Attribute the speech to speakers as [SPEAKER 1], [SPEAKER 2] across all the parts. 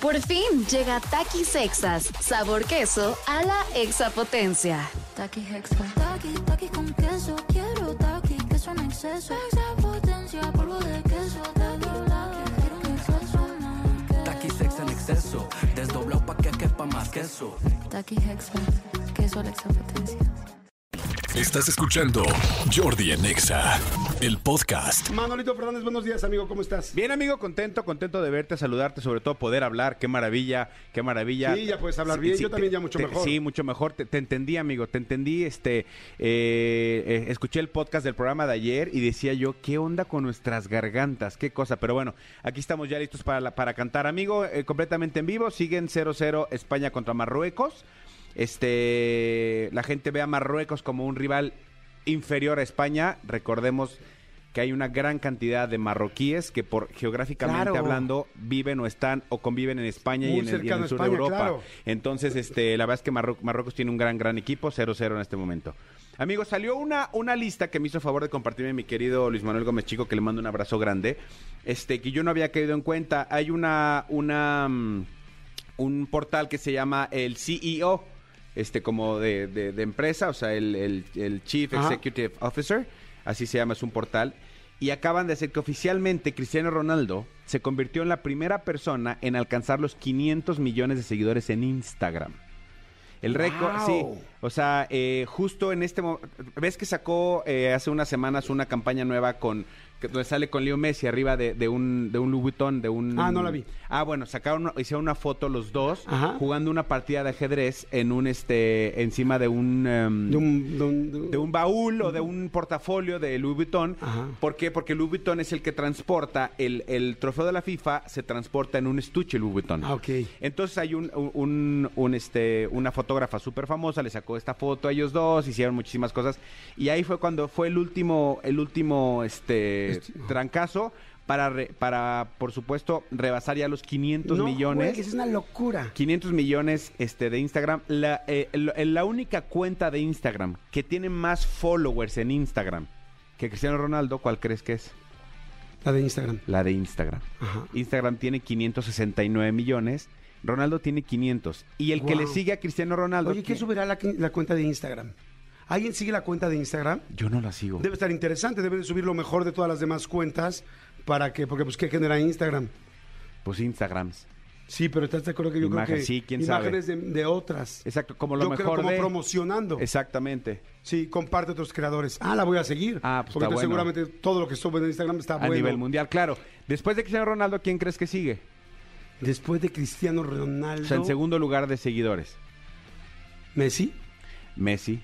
[SPEAKER 1] Por fin llega Takis Exas, sabor queso a la exapotencia.
[SPEAKER 2] Taqui Hexa. Taqui, taqui con queso. Quiero taqui, queso en exceso. Extra potencia, polvo de queso. Taqui, taqui, quiero un exceso más.
[SPEAKER 3] Taqui sex en exceso, desdoblado pa' que quepa más queso.
[SPEAKER 2] Taqui Hexa. Queso a la extra potencia.
[SPEAKER 4] Estás escuchando Jordi en Exa, el podcast.
[SPEAKER 5] Manolito Fernández, buenos días, amigo, ¿cómo estás?
[SPEAKER 6] Bien, amigo, contento, contento de verte, saludarte, sobre todo poder hablar. Qué maravilla, qué maravilla.
[SPEAKER 5] Sí, ya puedes hablar bien, yo también ya mucho
[SPEAKER 6] te-
[SPEAKER 5] mejor.
[SPEAKER 6] Sí, mucho mejor. Te, te entendí, amigo, te entendí. Este, eh, eh, escuché el podcast del programa de ayer y decía yo, ¿qué onda con nuestras gargantas? Qué cosa. Pero bueno, aquí estamos ya listos para, la- para cantar, amigo, eh, completamente en vivo. Siguen 0-0 España contra Marruecos. Este, la gente ve a Marruecos como un rival inferior a España. Recordemos que hay una gran cantidad de marroquíes que por geográficamente
[SPEAKER 5] Claro.
[SPEAKER 6] hablando viven o están o conviven en España
[SPEAKER 5] Muy
[SPEAKER 6] y en el, y en
[SPEAKER 5] cercano
[SPEAKER 6] el
[SPEAKER 5] a
[SPEAKER 6] sur
[SPEAKER 5] España,
[SPEAKER 6] de Europa.
[SPEAKER 5] claro.
[SPEAKER 6] Entonces, este, la verdad es que Marro- Marruecos tiene un gran, gran equipo, 0-0 en este momento. Amigos, salió una, una lista que me hizo favor de compartirme mi querido Luis Manuel Gómez Chico, que le mando un abrazo grande, este, que yo no había caído en cuenta. Hay una, una, mm, un portal que se llama el CEO, este, como de, de- de empresa, o sea, el, el- el Chief
[SPEAKER 5] Ajá.
[SPEAKER 6] Executive Officer, así se llama, es un portal. Y acaban de decir que oficialmente Cristiano Ronaldo se convirtió en la primera persona en alcanzar los 500 millones de seguidores en Instagram. El récord,
[SPEAKER 5] ¡Wow!
[SPEAKER 6] sí. O sea, eh, justo en este momento, ves que sacó eh, hace unas semanas una campaña nueva con que, donde sale con Leo Messi arriba de, de un de un Louis Vuitton, de un
[SPEAKER 5] Ah, no la vi.
[SPEAKER 6] Ah, bueno, sacaron hicieron una foto los dos
[SPEAKER 5] Ajá.
[SPEAKER 6] jugando una partida de ajedrez en un este encima de un, em,
[SPEAKER 5] De un, de un-
[SPEAKER 6] de un baúl o de un portafolio de Louis Vuitton.
[SPEAKER 5] Ajá.
[SPEAKER 6] ¿Por qué? Porque Louis Vuitton es el que transporta el, el trofeo de la FIFA, se transporta en un estuche Louis Vuitton.
[SPEAKER 5] Ah, ok.
[SPEAKER 6] Entonces hay un, un- un, este, una fotógrafa súper famosa, le sacó esta foto a ellos dos, hicieron muchísimas cosas. Y ahí fue cuando fue el último, el último este, trancazo para, re- para, por supuesto, rebasar ya los 500
[SPEAKER 5] No,
[SPEAKER 6] millones.
[SPEAKER 5] güey, que es una locura.
[SPEAKER 6] 500 millones este, de Instagram. La, eh, el- el- la única cuenta de Instagram que tiene más followers en Instagram que Cristiano Ronaldo, ¿cuál crees que es?
[SPEAKER 5] La de Instagram.
[SPEAKER 6] La de Instagram.
[SPEAKER 5] Ajá.
[SPEAKER 6] Instagram tiene 569 millones. Ronaldo tiene 500. Y el que
[SPEAKER 5] Guau.
[SPEAKER 6] le sigue a Cristiano Ronaldo.
[SPEAKER 5] Oye, ¿quién
[SPEAKER 6] que-
[SPEAKER 5] subirá la, la cuenta de Instagram? ¿Alguien sigue la cuenta de Instagram?
[SPEAKER 6] Yo no la sigo.
[SPEAKER 5] Debe estar interesante, deben subir lo mejor de todas las demás cuentas para que, porque pues qué genera Instagram.
[SPEAKER 6] Pues Instagrams.
[SPEAKER 5] Sí, pero estás de acuerdo que yo creo
[SPEAKER 6] Imagen,
[SPEAKER 5] que
[SPEAKER 6] sí, quién sabe.
[SPEAKER 5] imágenes De, de otras.
[SPEAKER 6] Exacto, como lo
[SPEAKER 5] yo
[SPEAKER 6] mejor
[SPEAKER 5] creo como
[SPEAKER 6] de-
[SPEAKER 5] promocionando.
[SPEAKER 6] Exactamente.
[SPEAKER 5] Sí, comparte otros creadores. Ah, la voy a seguir.
[SPEAKER 6] Ah, pues
[SPEAKER 5] Porque
[SPEAKER 6] está bueno.
[SPEAKER 5] seguramente todo lo que suben en Instagram está
[SPEAKER 6] A
[SPEAKER 5] Ah, bueno.
[SPEAKER 6] nivel mundial, claro. Después de Cristiano Ronaldo, ¿quién crees que sigue?
[SPEAKER 5] Después de Cristiano Ronaldo.
[SPEAKER 6] O sea, en segundo lugar de seguidores.
[SPEAKER 5] Messi.
[SPEAKER 6] Messi,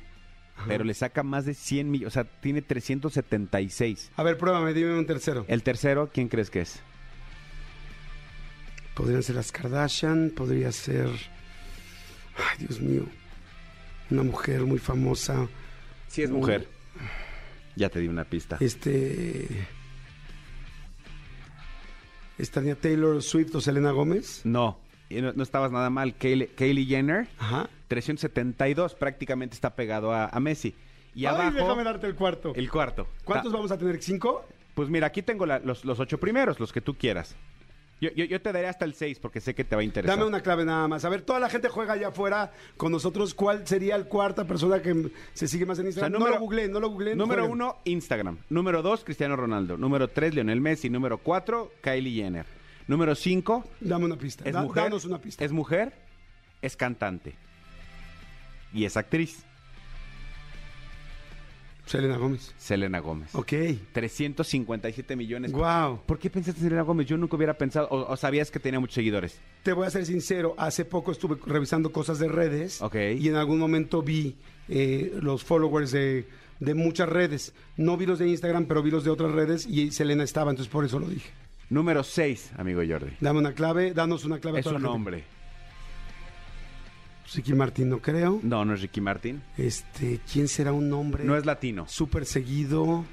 [SPEAKER 6] pero le saca más de 100 millones, o sea, tiene 376.
[SPEAKER 5] A ver, pruébame, dime un tercero.
[SPEAKER 6] El tercero, ¿quién crees que es?
[SPEAKER 5] Podrían ser las Kardashian, podría ser. Ay, Dios mío. Una mujer muy famosa.
[SPEAKER 6] Si
[SPEAKER 5] es mujer.
[SPEAKER 6] Ya te di una pista.
[SPEAKER 5] Este. Estaría Taylor Swift o Selena Gómez.
[SPEAKER 6] No, y no, no estabas nada mal. Kaylee, Kylie Jenner,
[SPEAKER 5] Ajá.
[SPEAKER 6] 372, prácticamente está pegado a, a Messi. Y
[SPEAKER 5] Ay,
[SPEAKER 6] abajo,
[SPEAKER 5] déjame darte el cuarto.
[SPEAKER 6] el cuarto.
[SPEAKER 5] ¿Cuántos
[SPEAKER 6] Ta-
[SPEAKER 5] vamos a tener? ¿Cinco?
[SPEAKER 6] Pues mira, aquí tengo la- los, los ocho primeros, los que tú quieras. Yo, yo- yo te daré hasta el seis porque sé que te va a interesar.
[SPEAKER 5] Dame una clave nada más. A ver, toda la gente juega allá afuera con nosotros. ¿Cuál sería el cuarta persona que se sigue más en
[SPEAKER 6] O sea,
[SPEAKER 5] Instagram?
[SPEAKER 6] número-
[SPEAKER 5] no lo googleé, no lo googleé.
[SPEAKER 6] Número uno, Instagram. Número dos, Cristiano Ronaldo. Número tres, Lionel Messi. Número cuatro, Kylie Jenner. Número cinco,
[SPEAKER 5] Dame una pista.
[SPEAKER 6] es
[SPEAKER 5] Da-
[SPEAKER 6] mujer.
[SPEAKER 5] Danos una pista.
[SPEAKER 6] Es mujer, es cantante. Y es actriz,
[SPEAKER 5] Selena Gómez.
[SPEAKER 6] Selena Gómez.
[SPEAKER 5] Ok.
[SPEAKER 6] 357 millones.
[SPEAKER 5] Wow.
[SPEAKER 6] ¿Por qué pensaste en Selena Gómez? Yo nunca hubiera pensado, o, o sabías que tenía muchos seguidores.
[SPEAKER 5] Te voy a ser sincero, hace poco estuve revisando cosas de redes
[SPEAKER 6] Ok.
[SPEAKER 5] y en algún momento vi eh, los followers de, de muchas redes. No vi los de Instagram, pero vi los de otras redes y Selena estaba, entonces por eso lo dije.
[SPEAKER 6] Número seis, amigo Jordi.
[SPEAKER 5] Dame una clave, danos una clave. a
[SPEAKER 6] Es
[SPEAKER 5] toda
[SPEAKER 6] un
[SPEAKER 5] la gente.
[SPEAKER 6] hombre.
[SPEAKER 5] Ricky Martín, no creo.
[SPEAKER 6] No, no es Ricky Martin.
[SPEAKER 5] Este, ¿quién será un hombre?
[SPEAKER 6] No es latino.
[SPEAKER 5] Súper seguido.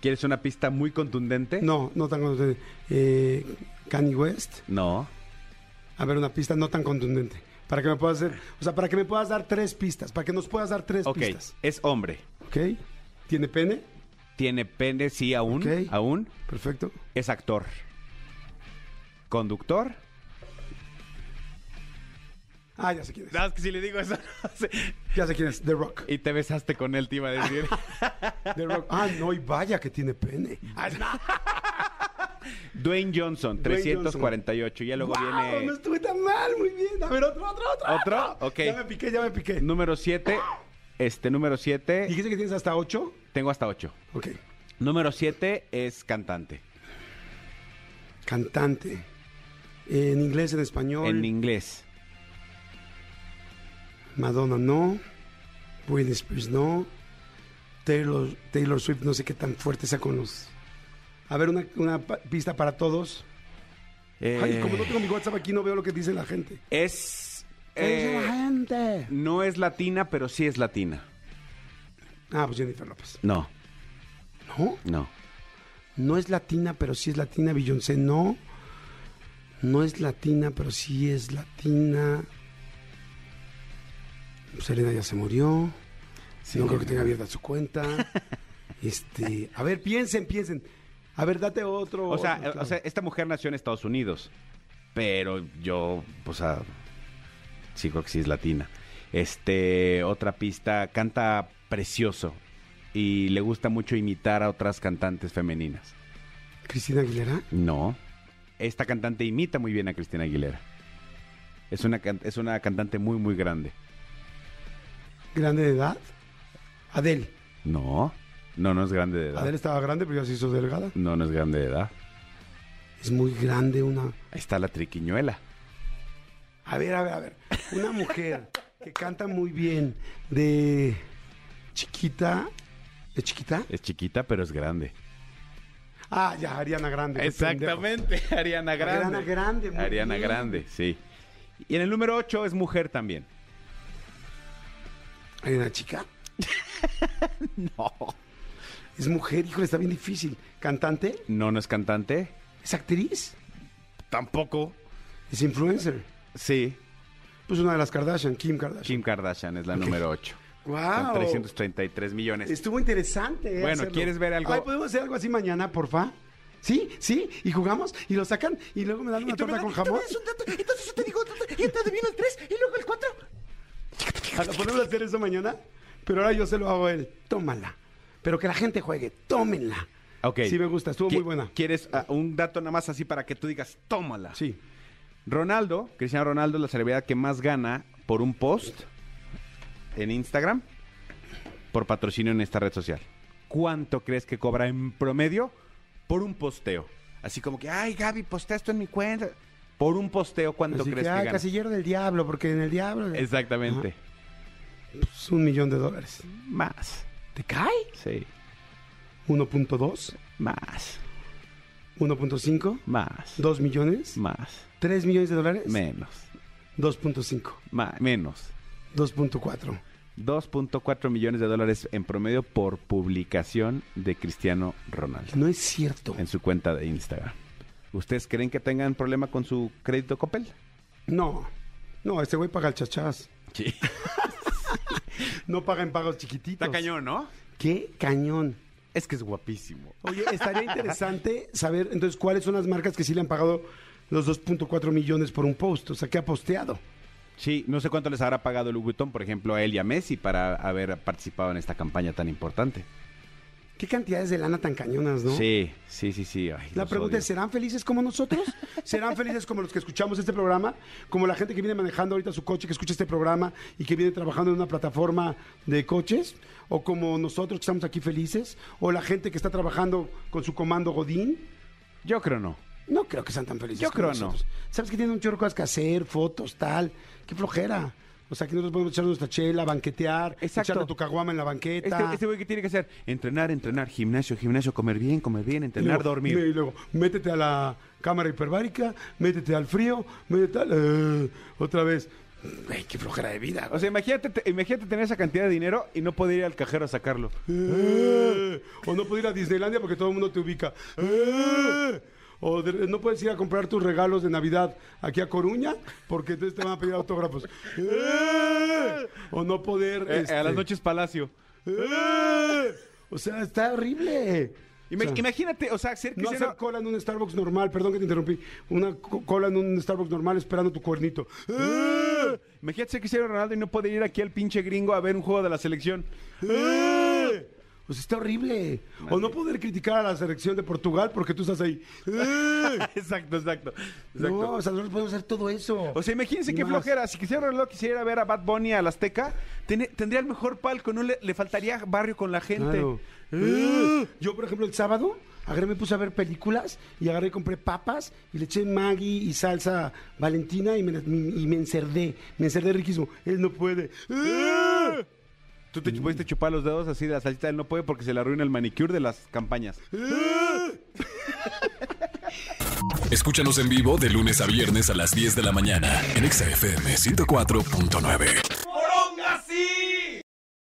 [SPEAKER 6] ¿Quieres una pista muy contundente?
[SPEAKER 5] No, no tan contundente. Eh, Kanye West.
[SPEAKER 6] No.
[SPEAKER 5] A ver, una pista no tan contundente. Para que me puedas hacer, o sea, para que me puedas dar tres pistas, para que nos puedas dar tres
[SPEAKER 6] Ok,
[SPEAKER 5] pistas.
[SPEAKER 6] es hombre.
[SPEAKER 5] ¿Ok? ¿Tiene pene?
[SPEAKER 6] Tiene pene, sí, aún.
[SPEAKER 5] Ok.
[SPEAKER 6] Aún.
[SPEAKER 5] Perfecto.
[SPEAKER 6] Es actor. Conductor.
[SPEAKER 5] Ah, ya sé quién es.
[SPEAKER 6] Nada más que si le digo eso, no sé.
[SPEAKER 5] Ya sé quién es. The Rock.
[SPEAKER 6] Y te besaste con él, te iba a decir.
[SPEAKER 5] The Rock. Ah, no, y vaya que tiene pene.
[SPEAKER 6] Ah, no. Dwayne Johnson,
[SPEAKER 5] Dwayne
[SPEAKER 6] 348. Ya luego
[SPEAKER 5] ¡Guau!
[SPEAKER 6] viene.
[SPEAKER 5] No estuve tan mal, muy bien. A ver, otro, otro, otro.
[SPEAKER 6] ¿Otro? Ok.
[SPEAKER 5] Ya me piqué, ya me piqué.
[SPEAKER 6] Número 7. Este, número 7.
[SPEAKER 5] ¿Dijiste que tienes hasta ocho?
[SPEAKER 6] Tengo hasta 8.
[SPEAKER 5] Ok.
[SPEAKER 6] Número 7 es cantante.
[SPEAKER 5] Cantante. En inglés, en español.
[SPEAKER 6] En inglés.
[SPEAKER 5] Madonna no, Britney Spears no, Taylor, Taylor Swift no sé qué tan fuerte sea con los... A ver, una, una pa- pista para todos. Ay,
[SPEAKER 6] Eh,
[SPEAKER 5] como no tengo mi WhatsApp aquí, no veo lo que dice la gente.
[SPEAKER 6] Es.
[SPEAKER 5] ¡Es
[SPEAKER 6] eh,
[SPEAKER 5] la gente!
[SPEAKER 6] no es latina, pero sí es latina.
[SPEAKER 5] Ah, pues Jennifer López.
[SPEAKER 6] No,
[SPEAKER 5] No,
[SPEAKER 6] no.
[SPEAKER 5] no es latina, pero sí es latina. Beyoncé no. No es latina, pero sí es latina. Selena ya se murió. no creo que tenga abierta su cuenta. este, a ver, piensen, piensen. A ver, date otro.
[SPEAKER 6] O sea,
[SPEAKER 5] otro,
[SPEAKER 6] o sea, esta mujer nació en Estados Unidos, pero yo, o sea, sí creo que sí es latina. Este, otra pista, canta precioso y le gusta mucho imitar a otras cantantes femeninas.
[SPEAKER 5] Cristina Aguilera.
[SPEAKER 6] No, esta cantante imita muy bien a Cristina Aguilera. Es una, can- es una cantante muy, muy grande.
[SPEAKER 5] Grande de edad. Adele.
[SPEAKER 6] No, no, no es grande de edad.
[SPEAKER 5] Adele estaba grande, pero ya se hizo delgada.
[SPEAKER 6] No, no es grande de edad.
[SPEAKER 5] Es muy grande una.
[SPEAKER 6] Ahí está la triquiñuela.
[SPEAKER 5] A ver, a ver, a ver. Una mujer que canta muy bien de chiquita. ¿De chiquita?
[SPEAKER 6] Es chiquita, pero es grande.
[SPEAKER 5] Ah, ya, Ariana Grande. qué
[SPEAKER 6] Exactamente, Ariana Grande.
[SPEAKER 5] Ariana Grande, muy
[SPEAKER 6] Ariana
[SPEAKER 5] bien.
[SPEAKER 6] Grande, sí. Y en el número 8 es mujer también.
[SPEAKER 5] pendejo. Ariana Chica. no. Es mujer, híjole, está bien difícil. ¿Cantante?
[SPEAKER 6] No, no es cantante.
[SPEAKER 5] ¿Es actriz?
[SPEAKER 6] Tampoco.
[SPEAKER 5] ¿Es influencer?
[SPEAKER 6] Sí,
[SPEAKER 5] Pues una de las Kardashian, Kim Kardashian.
[SPEAKER 6] Kim Kardashian es la número 8.
[SPEAKER 5] ¡Guau!
[SPEAKER 6] 333 millones.
[SPEAKER 5] Estuvo interesante. eh,
[SPEAKER 6] Bueno, ¿quieres ver algo?
[SPEAKER 5] Ay, ¿Podemos hacer algo así mañana, porfa? ¿Sí? ¿Sí? Y jugamos y lo sacan y luego me dan una torta con jamón.
[SPEAKER 7] Entonces yo te digo, y entonces vino el 3 y luego el 4.
[SPEAKER 5] Ah, ¿lo ¿Podemos hacer eso mañana? Pero ahora yo se lo hago a él. Tómala. Pero que la gente juegue. Tómenla.
[SPEAKER 6] Ok.
[SPEAKER 5] Sí, me gusta. Estuvo
[SPEAKER 6] ¿Qui-
[SPEAKER 5] muy buena.
[SPEAKER 6] ¿Quieres ah, un dato nada más así para que tú digas, tómala?
[SPEAKER 5] Sí.
[SPEAKER 6] Ronaldo, Cristiano Ronaldo es la celebridad que más gana por un post en Instagram por patrocinio en esta red social. ¿Cuánto crees que cobra en promedio por un posteo? Así como que, ay Gaby, postea esto en mi cuenta. Por un posteo, ¿cuánto
[SPEAKER 5] Así que,
[SPEAKER 6] crees que,
[SPEAKER 5] ah,
[SPEAKER 6] gana?
[SPEAKER 5] casillero del diablo, porque en el diablo es
[SPEAKER 6] Exactamente.
[SPEAKER 5] un millón de dólares.
[SPEAKER 6] Más.
[SPEAKER 5] ¿Te cae?
[SPEAKER 6] Sí.
[SPEAKER 5] 1.2,
[SPEAKER 6] Más.
[SPEAKER 5] 1.5,
[SPEAKER 6] Más.
[SPEAKER 5] 2 millones,
[SPEAKER 6] Más.
[SPEAKER 5] 3 millones de dólares,
[SPEAKER 6] Menos.
[SPEAKER 5] 2.5,
[SPEAKER 6] ma- menos.
[SPEAKER 5] 2.4.
[SPEAKER 6] 2.4 millones de dólares en promedio por publicación de Cristiano Ronaldo.
[SPEAKER 5] No es cierto.
[SPEAKER 6] en su cuenta de Instagram. ¿Ustedes creen que tengan problema con su crédito Coppel?
[SPEAKER 5] No. No, este güey paga el chachás.
[SPEAKER 6] Sí.
[SPEAKER 5] No paga en pagos chiquititos.
[SPEAKER 6] ¿no?
[SPEAKER 5] Qué cañón.
[SPEAKER 6] Es que es guapísimo.
[SPEAKER 5] Oye, estaría interesante saber entonces cuáles son las marcas que sí le han pagado los 2.4 millones por un post, o sea, que ha posteado.
[SPEAKER 6] Sí, no sé cuánto les habrá pagado Louis Vuitton, por ejemplo, a él y a Messi para haber participado en esta campaña tan importante.
[SPEAKER 5] Qué cantidades de lana tan cañonas, ¿no?
[SPEAKER 6] Sí, sí, sí, sí. Ay,
[SPEAKER 5] La
[SPEAKER 6] los
[SPEAKER 5] pregunta
[SPEAKER 6] odio.
[SPEAKER 5] es, ¿serán felices como nosotros? ¿Serán felices como los que escuchamos este programa? Como la gente que viene manejando ahorita su coche, que escucha este programa y que viene trabajando en una plataforma de coches? ¿O como nosotros que estamos aquí felices? ¿O la gente que está trabajando con su comando Godín?
[SPEAKER 6] Yo creo no.
[SPEAKER 5] No creo que sean tan felices.
[SPEAKER 6] Yo
[SPEAKER 5] como
[SPEAKER 6] creo no.
[SPEAKER 5] nosotros. Sabes que tienen un chorro de cosas que hacer, fotos, tal. Qué flojera. O sea, que nosotros podemos echar nuestra chela, banquetear,
[SPEAKER 6] Exacto.
[SPEAKER 5] echarle tu caguama en la
[SPEAKER 6] Este
[SPEAKER 5] banqueta.
[SPEAKER 6] este güey que tiene que hacer entrenar, entrenar, gimnasio, gimnasio, comer bien, comer bien,
[SPEAKER 5] Y luego-
[SPEAKER 6] entrenar, dormir.
[SPEAKER 5] Y luego, métete a la cámara hiperbárica, métete al frío, métete al... eh, otra vez. Güey, qué flojera de vida.
[SPEAKER 6] O sea, imagínate, te- imagínate tener esa cantidad de dinero y no poder ir al cajero a sacarlo.
[SPEAKER 5] Eh, o no puedo ir a Disneylandia porque todo el mundo te ubica. Eh, o de- no puedes ir a comprar tus regalos de Navidad aquí a Coruña porque entonces te van a pedir autógrafos. Eh, o no poder...
[SPEAKER 6] Eh,
[SPEAKER 5] este,
[SPEAKER 6] a las noches Palacio.
[SPEAKER 5] eh, o sea, está horrible.
[SPEAKER 6] Ima-
[SPEAKER 5] O sea,
[SPEAKER 6] imagínate, o sea, ser
[SPEAKER 5] No hacer
[SPEAKER 6] cristiano.
[SPEAKER 5] cola en un Starbucks normal, perdón que te interrumpí. Una co- cola en un Starbucks normal esperando tu cuernito.
[SPEAKER 6] ¡Ah! Imagínate ser Cristiano Ronaldo y no poder ir aquí al pinche gringo a ver un juego de la selección.
[SPEAKER 5] ¡Eh! O sea, está horrible. O no poder criticar a la selección de Portugal porque tú estás ahí. ¡Eh!
[SPEAKER 6] exacto, exacto. exacto.
[SPEAKER 5] No, o sea, nosotros podemos hacer todo eso.
[SPEAKER 6] O sea, imagínense
[SPEAKER 5] Y
[SPEAKER 6] qué
[SPEAKER 5] más.
[SPEAKER 6] flojera. Si Cristiano Ronaldo quisiera ver a Bad Bunny al Azteca, tiene- tendría el mejor palco, no le, le faltaría barrio con la gente.
[SPEAKER 5] Claro. ¡Eh! Uh.
[SPEAKER 6] ¡Ah!
[SPEAKER 5] Yo, por ejemplo, el sábado agarré, me puse a ver películas y agarré, y compré papas y le eché Maggi y salsa valentina y me, y me encerdé. Me encerdé riquísimo. Él no puede. ¡Ah!
[SPEAKER 6] ¡Eh! Tú te pudiste chupar los dedos así de la salsita, él no puede porque se le arruina el manicure de las campañas.
[SPEAKER 4] Escúchanos en vivo de lunes a viernes a las 10 de la mañana en Exa FM 104.9.